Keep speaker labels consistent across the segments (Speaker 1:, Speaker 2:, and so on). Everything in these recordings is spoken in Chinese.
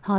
Speaker 1: 好，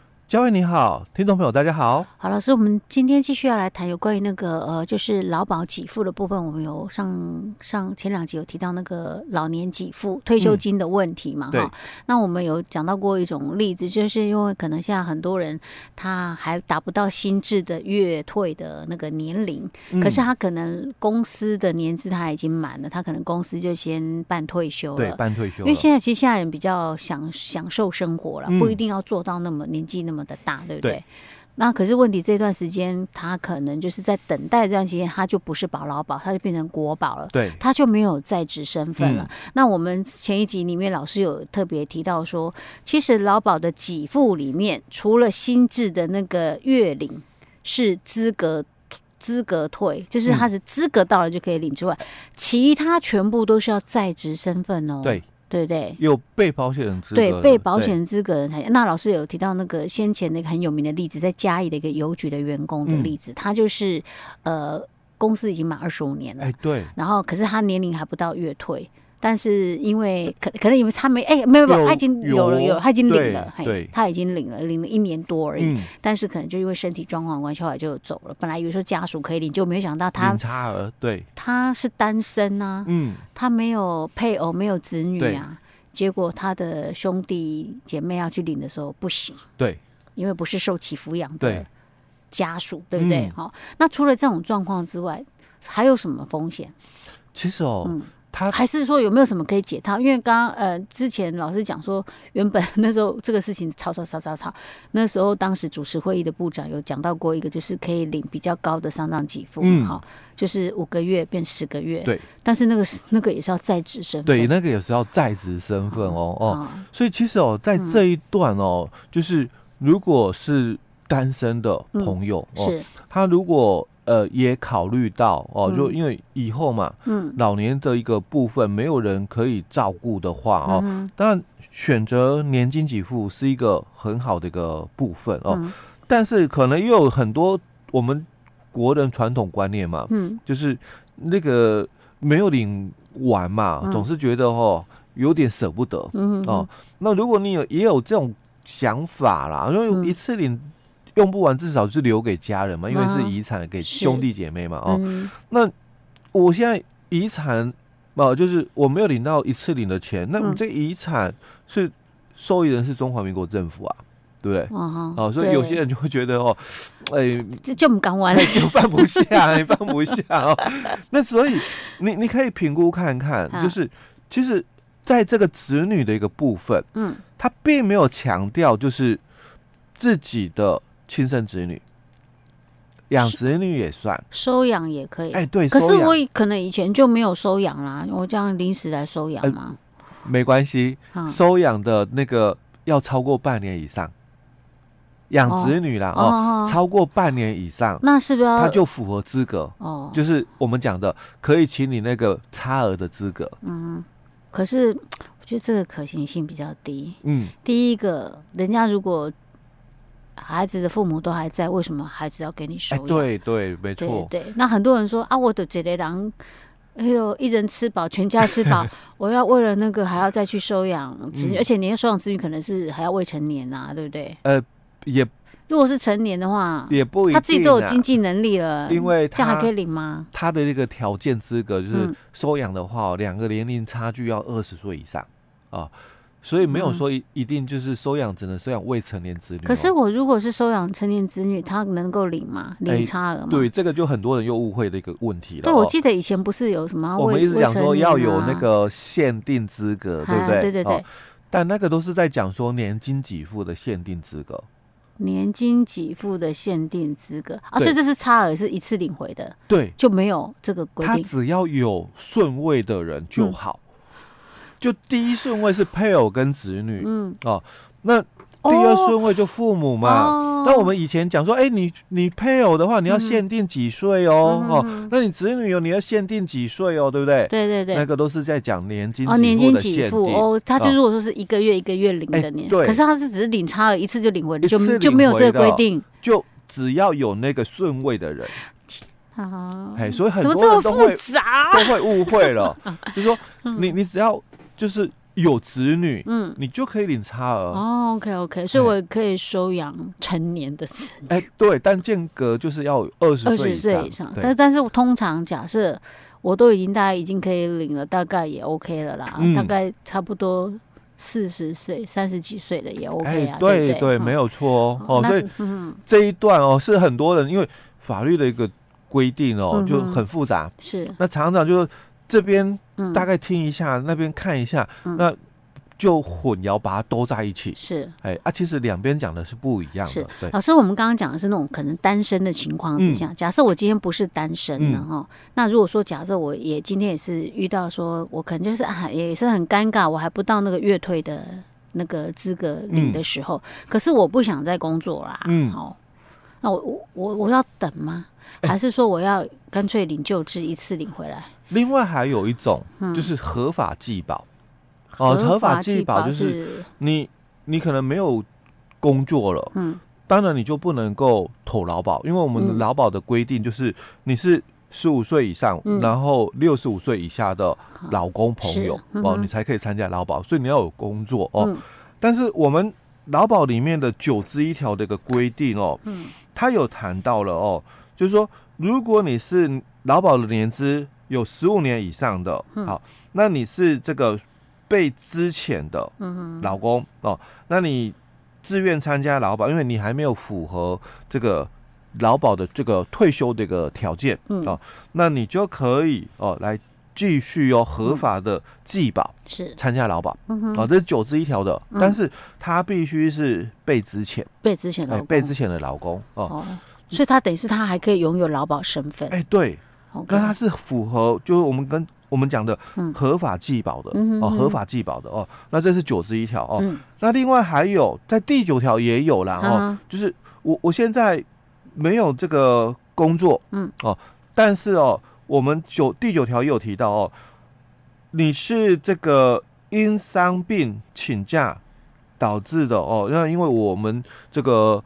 Speaker 2: 嘉惠你好，听众朋友大家好。
Speaker 1: 好，老师，我们今天继续要来谈有关于那个呃，就是劳保给付的部分。我们有上上前两集有提到那个老年给付退休金的问题嘛？
Speaker 2: 嗯对
Speaker 1: 那我们有讲到过一种例子，就是因为可能现在很多人他还达不到心智的月退的那个年龄，嗯
Speaker 2: 嗯
Speaker 1: 可是他可能公司的年资他已经满了，他可能公司就先办退休
Speaker 2: 对
Speaker 1: 了。
Speaker 2: 半退休
Speaker 1: 因
Speaker 2: 了，
Speaker 1: 为现在其实现在人比较享享受生活了，
Speaker 2: 嗯
Speaker 1: 不一定要做到那么年纪那么的大，对不对？
Speaker 2: 对
Speaker 1: 那可是问题，这段时间他可能就是在等待这段期间，他就不是保劳保，他就变成国保了。
Speaker 2: 对
Speaker 1: 他就没有在职身份了。
Speaker 2: 嗯
Speaker 1: 那我们前一集里面老师有特别提到说，其实劳保的给付里面，除了新制的那个月领是资格。资格退就是
Speaker 2: 嗯
Speaker 1: 他是资格到了就可以领之外，其他全部都是要在职身份哦。
Speaker 2: 对
Speaker 1: 对不对？
Speaker 2: 有被保险人资格
Speaker 1: 对
Speaker 2: 的
Speaker 1: 被保险资格人才。那老师有提到那个先前那个很有名的例子，在嘉义的一个邮局的员工的
Speaker 2: 嗯
Speaker 1: 例子，他就是呃公司已经满二十五年
Speaker 2: 对
Speaker 1: 了，
Speaker 2: 哎对，
Speaker 1: 然后可是他年龄还不到月退，但是因为可可能因为他没哎没有没有，
Speaker 2: 有
Speaker 1: 他已经有了
Speaker 2: 有
Speaker 1: 有了，他已经领
Speaker 2: 对
Speaker 1: 了，嘿
Speaker 2: 对
Speaker 1: 他已经领了领了一年多而已，
Speaker 2: 嗯，
Speaker 1: 但是可能就因为身体状况的关系，后来就走了。本来以为说家属可以领，就没有想到他
Speaker 2: 零差额对，
Speaker 1: 他是单身啊，
Speaker 2: 嗯
Speaker 1: 他没有配偶，没有子女
Speaker 2: 对
Speaker 1: 啊。结果他的兄弟姐妹要去领的时候不行，
Speaker 2: 对
Speaker 1: 因为不是受其抚养的
Speaker 2: 对
Speaker 1: 家属，对不对？
Speaker 2: 嗯
Speaker 1: 好、那除了这种状况之外，还有什么风险？
Speaker 2: 其实哦，
Speaker 1: 嗯
Speaker 2: 他
Speaker 1: 还是说有没有什么可以解套？因为刚刚呃之前老师讲说，原本那时候这个事情吵吵吵吵吵，那时候当时主持会议的部长有讲到过一个，就是可以领比较高的丧葬给付嘛，
Speaker 2: 嗯
Speaker 1: 哈、就是五个月变十个月。
Speaker 2: 对。
Speaker 1: 但是那个是那个也是要在职身份。
Speaker 2: 对那个也是要在职身份哦哦，
Speaker 1: 啊
Speaker 2: 所以其实哦，在这一段哦，就是如果是单身的
Speaker 1: 嗯
Speaker 2: 朋友哦，
Speaker 1: 是，
Speaker 2: 他如果呃也考虑到哦，
Speaker 1: 嗯
Speaker 2: 就因为以后嘛，
Speaker 1: 嗯，
Speaker 2: 老年的一个部分没有人可以照顾的话哦，
Speaker 1: 嗯
Speaker 2: 当然，选择年金给付是一个很好的一个部分哦，
Speaker 1: 哼，
Speaker 2: 但是可能又有很多我们国人传统观念嘛，
Speaker 1: 嗯，
Speaker 2: 就是那个没有领完嘛，
Speaker 1: 嗯
Speaker 2: 总是觉得哦有点舍不得
Speaker 1: 嗯，嗯
Speaker 2: 哦，。那如果你有也有这种想法啦，因
Speaker 1: 嗯
Speaker 2: 为一次领用不完，至少是留给家人嘛，因为
Speaker 1: 啊
Speaker 2: 是遗产给
Speaker 1: 是
Speaker 2: 兄弟姐妹嘛哦。
Speaker 1: 嗯，
Speaker 2: 那我现在遗产哦、就是我没有领到一次领的钱，那
Speaker 1: 嗯
Speaker 2: 你这遗产是受益人是中华民国政府啊，对不对？
Speaker 1: 哦
Speaker 2: 哦，所以有些哎
Speaker 1: 人
Speaker 2: 人就会觉得哦，哎、
Speaker 1: 这就我们刚完了，
Speaker 2: 你放不下，你放不下 哦。那所以你你可以评估看看
Speaker 1: 啊，
Speaker 2: 就是其实在这个子女的一个部分，
Speaker 1: 嗯，
Speaker 2: 他并没有强调就是自己的亲生子女，养子女也算。
Speaker 1: 收养也可以。
Speaker 2: 哎、对，
Speaker 1: 可是
Speaker 2: 收养
Speaker 1: 我以可能以前就没有收养啦，我这样临时来收养
Speaker 2: 哎
Speaker 1: 嘛，
Speaker 2: 没关系，
Speaker 1: 啊，
Speaker 2: 收养的那个要超过半年以上，养子女啦哦，
Speaker 1: 哦，
Speaker 2: 超过半年以上，
Speaker 1: 那是不是要
Speaker 2: 他就符合资格，
Speaker 1: 哦，
Speaker 2: 就是我们讲的可以请你那个差额的资格。
Speaker 1: 嗯，可是我觉得这个可行性比较低。
Speaker 2: 嗯，
Speaker 1: 第一个，人家如果孩子的父母都还在，为什么孩子要给你收
Speaker 2: 哎，
Speaker 1: 养？
Speaker 2: 对对，没
Speaker 1: 对
Speaker 2: 错，
Speaker 1: 对，那很多人说啊，我的这类人，哎呦，一人吃饱，全家吃 饱，我要为了那个还要再去收养子女，
Speaker 2: 嗯
Speaker 1: 而且你要收养子女可能是还要未成年啊，对不对？
Speaker 2: 也
Speaker 1: 如果是成年的话，
Speaker 2: 也不一定、啊，
Speaker 1: 他自己都有经济能力了，
Speaker 2: 因为
Speaker 1: 这样还
Speaker 2: 他
Speaker 1: 可以领吗？
Speaker 2: 他的那个条件资格就是哦
Speaker 1: 嗯
Speaker 2: 收养的话，两个年龄差距要二十岁以上啊。所以没有
Speaker 1: 嗯
Speaker 2: 说一一定就是收养只能收养未成年子女哦、
Speaker 1: 可是我如果是收养成年子女，他能够领吗？领
Speaker 2: 哎
Speaker 1: 差额吗？
Speaker 2: 对这个就很多人又误会的一个问题了、哦。
Speaker 1: 对，我记得以前不是有什么
Speaker 2: 我们
Speaker 1: 啊未
Speaker 2: 一直
Speaker 1: 未
Speaker 2: 讲
Speaker 1: 成
Speaker 2: 说
Speaker 1: 年
Speaker 2: 要有
Speaker 1: 啊
Speaker 2: 那个限定资格，对
Speaker 1: 啊
Speaker 2: 不对？
Speaker 1: 对对对
Speaker 2: 哦但那个都是在讲说年金给付的限定资格，
Speaker 1: 年金给付的限定资格啊，所以
Speaker 2: 对
Speaker 1: 这是差额是一次领回的，
Speaker 2: 对
Speaker 1: 就没有这个规
Speaker 2: 他
Speaker 1: 定。
Speaker 2: 只要有顺位的人就
Speaker 1: 嗯
Speaker 2: 好。就第一顺位是配偶跟子女，
Speaker 1: 嗯，
Speaker 2: 那第二顺位就父母嘛。
Speaker 1: 哦
Speaker 2: 那我们以前讲说，哎、你你配偶的话，你要
Speaker 1: 嗯
Speaker 2: 限定几岁哦，
Speaker 1: 嗯
Speaker 2: 哦，
Speaker 1: 嗯嗯
Speaker 2: 那你子女哦，你要限定几岁哦，对不对？
Speaker 1: 对对对，
Speaker 2: 那个都是在讲年金
Speaker 1: 哦，年金
Speaker 2: 的
Speaker 1: 给
Speaker 2: 限
Speaker 1: 付
Speaker 2: 定，
Speaker 1: 哦，他就
Speaker 2: 啊
Speaker 1: 如果说是一个月一个月领
Speaker 2: 哎
Speaker 1: 的年，
Speaker 2: 对
Speaker 1: 可是他是只是领差额一次就领回来，
Speaker 2: 一次
Speaker 1: 就
Speaker 2: 领
Speaker 1: 就没有这个
Speaker 2: 回
Speaker 1: 规
Speaker 2: 的
Speaker 1: 定
Speaker 2: 就只要有那个顺位的人，
Speaker 1: 啊。
Speaker 2: 哎，所以很
Speaker 1: 怎么嗯
Speaker 2: 多
Speaker 1: 这么
Speaker 2: 人都会
Speaker 1: 复杂？
Speaker 2: 都会误会了，就是说你你只要就是有子女，
Speaker 1: 嗯，
Speaker 2: 你就可以领差额。
Speaker 1: 哦，OK OK，所以我可以收养成年的子女，
Speaker 2: 哎、对，但间隔就是要二十
Speaker 1: 二
Speaker 2: 岁
Speaker 1: 十岁以上。但
Speaker 2: 对，
Speaker 1: 但是我通常假设我都已经大概已经可以领了，大概也 OK 了啦，
Speaker 2: 嗯
Speaker 1: 大概差不多四十岁、三十几岁的也 OK 啊，
Speaker 2: 哎对
Speaker 1: 对不
Speaker 2: 对，
Speaker 1: 嗯
Speaker 2: 没有错哦。
Speaker 1: 好
Speaker 2: 哦，
Speaker 1: 那
Speaker 2: 所以
Speaker 1: 嗯
Speaker 2: 这一段哦是很多人因为法律的一个规定哦
Speaker 1: 嗯哼
Speaker 2: 就很复杂，
Speaker 1: 是
Speaker 2: 那常常就是这边
Speaker 1: 嗯
Speaker 2: 大概听一下，那边看一下，
Speaker 1: 嗯
Speaker 2: 那就混淆把它兜在一起。
Speaker 1: 是。
Speaker 2: 哎啊，其实两边讲的是不一样
Speaker 1: 是
Speaker 2: 的，对，嗯
Speaker 1: 老师，我们刚刚讲的是那种可能单身的情况之下，假设我今天不是单身呢，哈、那如果说假设我也今天也是遇到说，我可能就是啊，也是很尴尬，我还不到那个月退的那个资格领的时候，可是我不想再工作啦，
Speaker 2: 嗯
Speaker 1: 好、那我我我我要等吗？
Speaker 2: 哎
Speaker 1: 还是说我要干脆领就职一次领回来？
Speaker 2: 另外还有一种
Speaker 1: 嗯
Speaker 2: 就是合法寄保，哦，合
Speaker 1: 法
Speaker 2: 法寄保
Speaker 1: 保
Speaker 2: 就是你你可能没有工作了，
Speaker 1: 嗯
Speaker 2: 当然你就不能够投劳保，因为我们的
Speaker 1: 嗯
Speaker 2: 劳保的规定就是你是十五岁以上，
Speaker 1: 嗯
Speaker 2: 然后六十五岁以下的老公朋友
Speaker 1: 是、嗯
Speaker 2: 哦，
Speaker 1: 哼
Speaker 2: 你才可以参加劳保，所以你要有工作哦。
Speaker 1: 嗯
Speaker 2: 但是我们劳保里面的九之一条的一个规定哦，
Speaker 1: 嗯
Speaker 2: 它有谈到了哦，就是说如果你是劳保的年资有十五年以上的，
Speaker 1: 嗯
Speaker 2: 好，那你是这个被资遣的，
Speaker 1: 嗯
Speaker 2: 老公哦，那你自愿参加劳保，因为你还没有符合这个劳保的这个退休的一个条件，
Speaker 1: 嗯
Speaker 2: 哦那你就可以哦来继续哦合法的继保
Speaker 1: 是
Speaker 2: 参加劳保
Speaker 1: 嗯哼，
Speaker 2: 哦，这是九之一条的，
Speaker 1: 嗯
Speaker 2: 但是他必须是被资遣，
Speaker 1: 被之前老
Speaker 2: 哎，
Speaker 1: 公
Speaker 2: 被资遣的劳工哦，
Speaker 1: 哦，所以他等于是他还可以拥有劳保身份。哦
Speaker 2: 哎，对，
Speaker 1: OK，
Speaker 2: 那他是符合就是我们跟我们讲的
Speaker 1: 嗯
Speaker 2: 合法继保的
Speaker 1: 嗯哼
Speaker 2: 哦，
Speaker 1: 哼
Speaker 2: 合法继保的哦，那这是九之一条哦，
Speaker 1: 嗯，啊
Speaker 2: 那另外还有在第九条也有啦哦。
Speaker 1: 哈
Speaker 2: 就是我我现在没有这个工作，
Speaker 1: 嗯
Speaker 2: 哦，但是哦，我们九第九条也有提到哦，你是这个因伤病请假导致的哦，那因为我们这个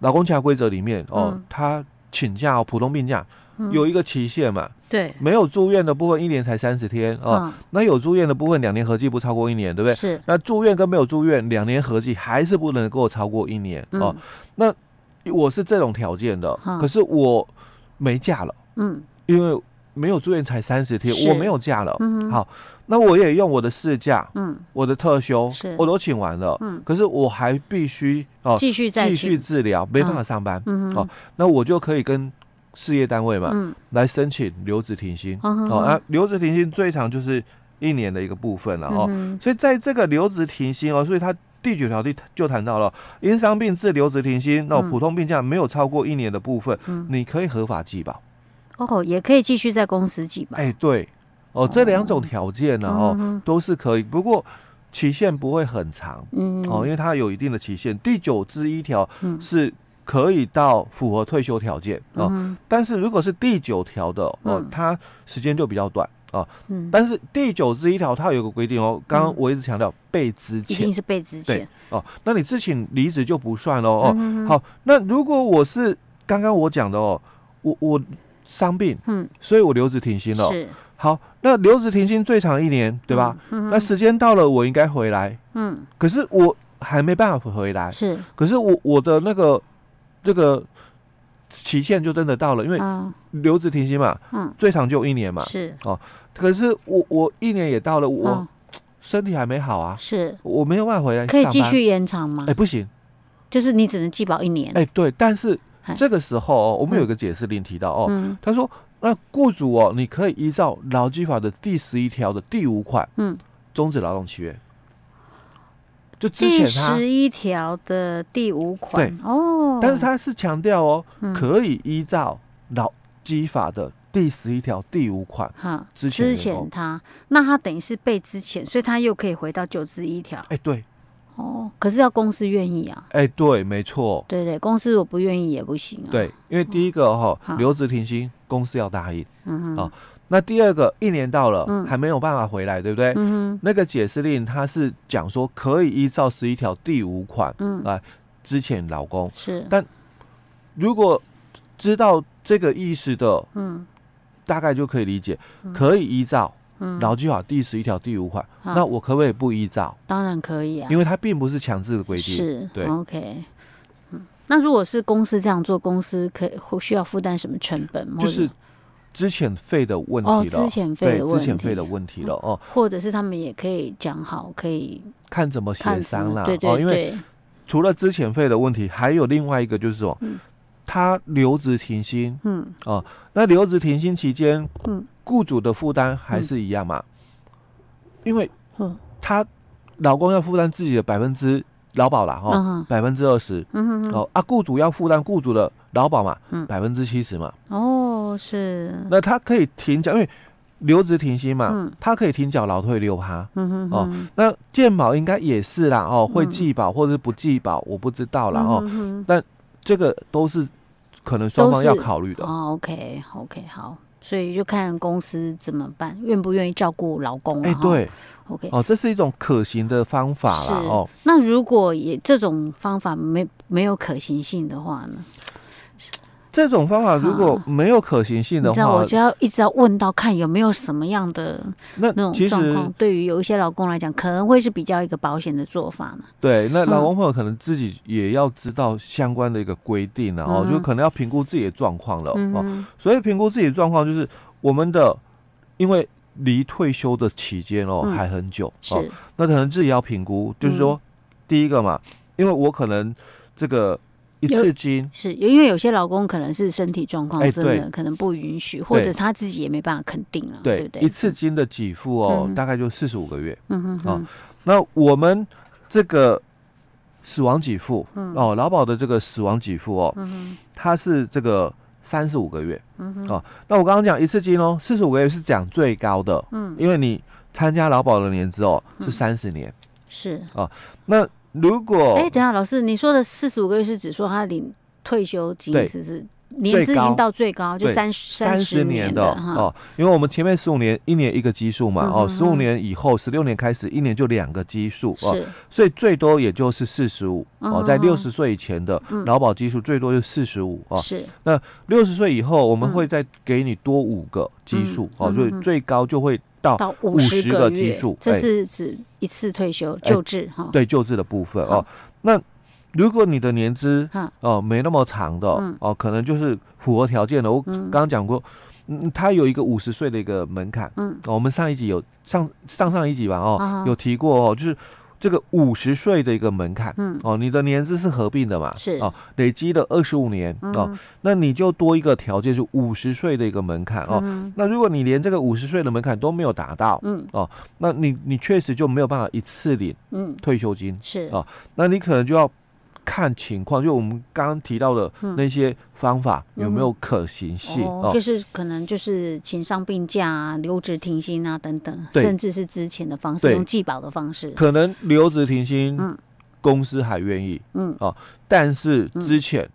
Speaker 2: 劳工假规则里面哦
Speaker 1: 嗯，
Speaker 2: 他、请假、哦、普通病假
Speaker 1: 嗯
Speaker 2: 有一个期限嘛，
Speaker 1: 对
Speaker 2: 没有住院的部分一年才三十天哦，
Speaker 1: 嗯
Speaker 2: 那有住院的部分两年合计不超过一年，对不对？
Speaker 1: 是
Speaker 2: 那住院跟没有住院两年合计还是不能够超过一年、哦
Speaker 1: 嗯，
Speaker 2: 我是这种条件的，
Speaker 1: 嗯
Speaker 2: 可是我没假了，
Speaker 1: 嗯
Speaker 2: 因为没有住院才三十天，
Speaker 1: 是
Speaker 2: 我没有假了。
Speaker 1: 嗯哼
Speaker 2: 好，那我也用我的事假、
Speaker 1: 嗯
Speaker 2: 我的特休
Speaker 1: 是，
Speaker 2: 我都请完了，
Speaker 1: 嗯
Speaker 2: 可是我还必须哦
Speaker 1: 继续再
Speaker 2: 继续
Speaker 1: 请
Speaker 2: 治疗，没办法上班，
Speaker 1: 嗯
Speaker 2: 哦那我就可以跟事业单位嘛、
Speaker 1: 嗯
Speaker 2: 来申请留职停薪。
Speaker 1: 嗯哼
Speaker 2: 哦，啊，留职停薪最长就是一年的一个部分了哦。
Speaker 1: 嗯哼
Speaker 2: 所以在这个留职停薪哦，所以他第九条第就谈到了因伤病致留职停薪，那、
Speaker 1: 嗯
Speaker 2: 普通病假没有超过一年的部分，
Speaker 1: 嗯
Speaker 2: 你可以合法继保。
Speaker 1: 哦也可以继续在公司记吧
Speaker 2: 哎、对，哦，这两种条件呢、哦，
Speaker 1: 嗯
Speaker 2: 都是可以，不过期限不会很长
Speaker 1: 嗯
Speaker 2: 哦，因为它有一定的期限。第九之一条
Speaker 1: 嗯
Speaker 2: 是。可以到符合退休条件哦，
Speaker 1: 嗯
Speaker 2: 但是如果是第九条的哦
Speaker 1: 嗯，
Speaker 2: 它时间就比较短哦。
Speaker 1: 嗯
Speaker 2: 但是第九之一条它有一个规定哦，刚刚
Speaker 1: 嗯
Speaker 2: 我一直强调被资
Speaker 1: 一
Speaker 2: 遣
Speaker 1: 定，是被之前
Speaker 2: 哦，那你自请离职就不算喽哦。
Speaker 1: 嗯
Speaker 2: 好，那如果我是刚刚我讲的哦，我我伤病，
Speaker 1: 嗯
Speaker 2: 所以我留职停薪了。
Speaker 1: 是
Speaker 2: 好，那留职停薪最长一年，对吧？？
Speaker 1: 嗯
Speaker 2: 那时间到了，我应该回来，
Speaker 1: 嗯
Speaker 2: 可是我还没办法回来，
Speaker 1: 是
Speaker 2: 可是我我的那个这个期限就真的到了，因为
Speaker 1: 啊
Speaker 2: 留职停薪嘛，
Speaker 1: 嗯
Speaker 2: 最长就一年嘛。
Speaker 1: 是
Speaker 2: 可是我我一年也到了，我
Speaker 1: 嗯
Speaker 2: 身体还没好啊，
Speaker 1: 是
Speaker 2: 我没有办法回来
Speaker 1: 可以
Speaker 2: 上
Speaker 1: 继
Speaker 2: 班。
Speaker 1: 续延长吗
Speaker 2: 哎、？不行。
Speaker 1: 就是你只能记保一年
Speaker 2: 哎、对，但是
Speaker 1: 哎
Speaker 2: 这个时候、哦、我
Speaker 1: 嗯
Speaker 2: 们有一个解释令提到哦，
Speaker 1: 嗯
Speaker 2: 他说那雇主哦，你可以依照劳基法的第十一条的第五款
Speaker 1: 嗯
Speaker 2: 终止劳动契约，就之
Speaker 1: 第
Speaker 2: 前他，
Speaker 1: 十一条的第五款哦，
Speaker 2: 但是他是强调哦，
Speaker 1: 嗯
Speaker 2: 可以依照劳基法的第十一条第五款，
Speaker 1: 哈，
Speaker 2: 之
Speaker 1: 之
Speaker 2: 前哦员
Speaker 1: 前
Speaker 2: 工
Speaker 1: 他，那他等于是被之前，所以他又可以回到九之一条
Speaker 2: 哎、对，
Speaker 1: 哦。可是要公司愿意啊，
Speaker 2: 哎、对，没错，
Speaker 1: 对对，公司我不愿意也不行啊。，
Speaker 2: 对，因为第一个哈、
Speaker 1: 好
Speaker 2: 哦，留职停薪，公司要答应。
Speaker 1: 嗯
Speaker 2: 哦
Speaker 1: 哼，
Speaker 2: 那第二个，一年到了、
Speaker 1: 嗯
Speaker 2: 还没有办法回来，对不对？
Speaker 1: 嗯
Speaker 2: 那个解释令它是讲说可以依照十一条第五款
Speaker 1: 哼，嗯，
Speaker 2: 之前劳工，
Speaker 1: 是，
Speaker 2: 如果知道这个意识的，
Speaker 1: 嗯
Speaker 2: 大概就可以理解，可以依照
Speaker 1: 嗯，
Speaker 2: 劳基法第十一条第五款，
Speaker 1: 好
Speaker 2: 那我可不可以不依照？
Speaker 1: 当然可以啊，
Speaker 2: 因为它并不是强制的规定。
Speaker 1: 是
Speaker 2: 对
Speaker 1: OK，嗯，那如果是公司这样做，公司可以会需要负担什么成本吗？
Speaker 2: 就是
Speaker 1: 或者
Speaker 2: 之前费的问
Speaker 1: 哦，
Speaker 2: 题了，
Speaker 1: 之前费
Speaker 2: 对，
Speaker 1: 的
Speaker 2: 之
Speaker 1: 问
Speaker 2: 前费
Speaker 1: 题，嗯
Speaker 2: 的问题了哦，
Speaker 1: 或者是他们也可以讲好，可以
Speaker 2: 看怎么
Speaker 1: 看
Speaker 2: 协
Speaker 1: 什
Speaker 2: 商
Speaker 1: 么
Speaker 2: 啦。
Speaker 1: 对
Speaker 2: 哦，
Speaker 1: 对
Speaker 2: 因为
Speaker 1: 对，
Speaker 2: 除了之前费的问题，还有另外一个就是什么，
Speaker 1: 嗯
Speaker 2: 他留职停薪，
Speaker 1: 嗯
Speaker 2: 那留职停薪期间，
Speaker 1: 嗯
Speaker 2: 雇主的负担还是一样嘛？因为
Speaker 1: 嗯
Speaker 2: 他老公要负担自己的百分之劳保啦，哦，
Speaker 1: 嗯
Speaker 2: 百分之二十，
Speaker 1: 嗯哼
Speaker 2: 哦啊，雇主要负担雇主的劳保嘛
Speaker 1: 嗯，
Speaker 2: 百分之七十嘛，
Speaker 1: 哦是
Speaker 2: 那他可以停缴，因为留职停薪嘛，
Speaker 1: 嗯
Speaker 2: 他可以停缴劳退六趴。
Speaker 1: 嗯哼
Speaker 2: 哦
Speaker 1: 哼
Speaker 2: 那健保应该也是啦，哦，会
Speaker 1: 嗯
Speaker 2: 计保或者是不计保，我不知道啦，哦，
Speaker 1: 嗯哼
Speaker 2: 这个都是可能双
Speaker 1: 都
Speaker 2: 方要
Speaker 1: 是
Speaker 2: 考虑的。
Speaker 1: 哦 OK OK 好，所以就看公司怎么办，愿不愿意照顾老公啊
Speaker 2: 哎、
Speaker 1: 哈
Speaker 2: 对，
Speaker 1: OK，
Speaker 2: 哦，这是一种可行的方法
Speaker 1: 是
Speaker 2: 啦，哦，
Speaker 1: 那如果也这种方法没没有可行性的话呢？
Speaker 2: 这种方法如果
Speaker 1: 好
Speaker 2: 没有可行性
Speaker 1: 你
Speaker 2: 的
Speaker 1: 知道，
Speaker 2: 话
Speaker 1: 我，就要一直要问到看有没有什么样的那
Speaker 2: 那
Speaker 1: 种
Speaker 2: 其
Speaker 1: 状
Speaker 2: 实
Speaker 1: 况，对于有一些老公来讲，可能会是比较一个保险的做法呢。
Speaker 2: 对，那老
Speaker 1: 嗯
Speaker 2: 公朋友可能自己也要知道相关的一个规定啦，哦，
Speaker 1: 嗯
Speaker 2: 就可能要评估自己的状况了，
Speaker 1: 嗯
Speaker 2: 哦，
Speaker 1: 哼，
Speaker 2: 所以评估自己的状况就是我们的，因为离退休的期间哦、
Speaker 1: 嗯
Speaker 2: 还很久，哦，
Speaker 1: 是，嗯
Speaker 2: 那可能自己要评估，就是说、第一个嘛，因为我可能这个一
Speaker 1: 有
Speaker 2: 次金，
Speaker 1: 是因为有些老公可能是身体状况
Speaker 2: 哎
Speaker 1: 真
Speaker 2: 对
Speaker 1: 的可能不允许，或者他自己也没办法肯定了，对
Speaker 2: 对
Speaker 1: 不，对？
Speaker 2: 一次，金的给付哦，
Speaker 1: 嗯
Speaker 2: 大概就四十五个月。
Speaker 1: 嗯哼哼，
Speaker 2: 啊那我们这个死亡给付，哦，劳保的这个死亡给付哦，
Speaker 1: 嗯
Speaker 2: 它是这个三十五个月。
Speaker 1: 哼，嗯哼，
Speaker 2: 哦那我刚刚讲一次金哦，四十五个月是讲最高的，
Speaker 1: 嗯，
Speaker 2: 因为你参加劳保的年资哦
Speaker 1: 嗯
Speaker 2: 是三十年。
Speaker 1: 是。
Speaker 2: 那如果
Speaker 1: 哎、等一下，老师，你说的四十五个月是指说他领退休金
Speaker 2: 对，
Speaker 1: 是不是年资已经到最高，就
Speaker 2: 对
Speaker 1: 三
Speaker 2: 三
Speaker 1: 三
Speaker 2: 十
Speaker 1: 年
Speaker 2: 的
Speaker 1: 哈。
Speaker 2: 哦，因为我们前面十五年一年一个基数嘛，
Speaker 1: 嗯
Speaker 2: 哦，
Speaker 1: 哼
Speaker 2: 十五
Speaker 1: 哼
Speaker 2: 年以后十六年开始一年就两个基数哦，
Speaker 1: 是，
Speaker 2: 所以最多也就是四十五哦，在
Speaker 1: 嗯
Speaker 2: 六十岁以前的
Speaker 1: 嗯
Speaker 2: 劳保基数最多就是四十五哦，
Speaker 1: 是，
Speaker 2: 六十岁以后我们
Speaker 1: 嗯
Speaker 2: 会再给你多五个基数
Speaker 1: 嗯
Speaker 2: 哦，
Speaker 1: 嗯
Speaker 2: 所以
Speaker 1: 嗯
Speaker 2: 最高就会到
Speaker 1: 到五
Speaker 2: 50
Speaker 1: 十
Speaker 2: 个
Speaker 1: 个
Speaker 2: 基
Speaker 1: 月
Speaker 2: 数，
Speaker 1: 这
Speaker 2: 哎
Speaker 1: 是指一次退休
Speaker 2: 哎
Speaker 1: 救治哈。
Speaker 2: 对救治的部分哦
Speaker 1: 好。
Speaker 2: 那如果你的年资
Speaker 1: 哈，
Speaker 2: 哦没那么长的
Speaker 1: 嗯
Speaker 2: 哦，可能就是符合条件的。我
Speaker 1: 嗯
Speaker 2: 刚刚讲过，嗯，它有一个五十岁的一个门槛。
Speaker 1: 嗯
Speaker 2: 哦我们上一集有上上上一集吧
Speaker 1: 啊
Speaker 2: 哦
Speaker 1: 哈，
Speaker 2: 有提过哦，就是这个五十岁的一个门槛。
Speaker 1: 嗯
Speaker 2: 哦，你的年资是合并的嘛？
Speaker 1: 是
Speaker 2: 哦，累积了二十五年、哦，
Speaker 1: 嗯
Speaker 2: 那你就多一个条件，是五十岁的一个门槛哦。
Speaker 1: 嗯
Speaker 2: 那如果你连这个五十岁的门槛都没有达到，哦
Speaker 1: 嗯
Speaker 2: 那你你确实就没有办法一次领
Speaker 1: 嗯
Speaker 2: 退休金，
Speaker 1: 是
Speaker 2: 哦那你可能就要看情况，就我们刚刚提到的
Speaker 1: 嗯
Speaker 2: 那些方法、
Speaker 1: 嗯
Speaker 2: 有没有可行性
Speaker 1: 哦，就是可能就是请伤病假啊、留职停薪啊等等，
Speaker 2: 对
Speaker 1: 甚至是之前的方式，
Speaker 2: 对
Speaker 1: 用寄保的方式。
Speaker 2: 可能留职停薪，
Speaker 1: 嗯
Speaker 2: 公司还愿意，哦
Speaker 1: 嗯，
Speaker 2: 但是
Speaker 1: 嗯
Speaker 2: 之前、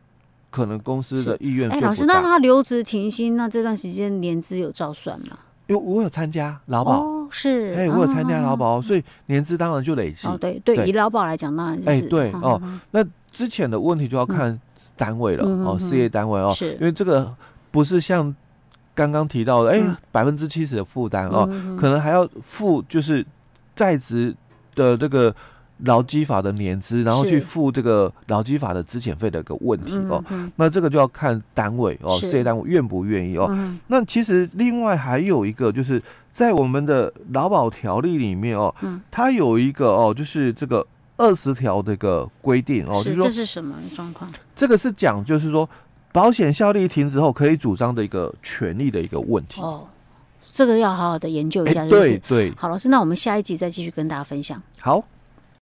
Speaker 2: 可能公司的意愿
Speaker 1: 哎、
Speaker 2: 就
Speaker 1: 老师，
Speaker 2: 不
Speaker 1: 那
Speaker 2: 大。
Speaker 1: 他留职停薪，那这段时间年资有照算吗？
Speaker 2: 因为我有参加劳保，
Speaker 1: 哦，是，
Speaker 2: 哎、我有参加
Speaker 1: 啊
Speaker 2: 劳。保，所以年资当然就累积。
Speaker 1: 哦，对对，
Speaker 2: 对
Speaker 1: 以劳保来讲，当然就是，
Speaker 2: 哎对
Speaker 1: 嗯
Speaker 2: 哦，
Speaker 1: 嗯
Speaker 2: 那之前的问题就要看单位了、
Speaker 1: 嗯嗯
Speaker 2: 哦，
Speaker 1: 嗯
Speaker 2: 事业单位哦，
Speaker 1: 是
Speaker 2: 因为这个不是像刚刚提到的，哎
Speaker 1: 嗯，
Speaker 2: 百分之七十的负担哦，
Speaker 1: 嗯
Speaker 2: 可能还要付就是在职的这个劳基法的年资，然后
Speaker 1: 是
Speaker 2: 去付这个劳基法的资遣费的一个问题哦。，
Speaker 1: 嗯
Speaker 2: 那这个就要看单位哦，
Speaker 1: 是
Speaker 2: 事业单位愿不愿意哦。
Speaker 1: 嗯
Speaker 2: 那其实另外还有一个，就是在我们的劳保条例里面哦，
Speaker 1: 嗯
Speaker 2: 它有一个哦，就是这个二十条的一个规定哦，就是是说
Speaker 1: 这是什么状况？
Speaker 2: 这个是讲就是说保险效力停止后可以主张的一个权利的一个问题。
Speaker 1: 哦，这个要好好的研究一下，
Speaker 2: 哎
Speaker 1: 就是。
Speaker 2: 对对，
Speaker 1: 好，老师，那我们下一集再继续跟大家分享。
Speaker 2: 好。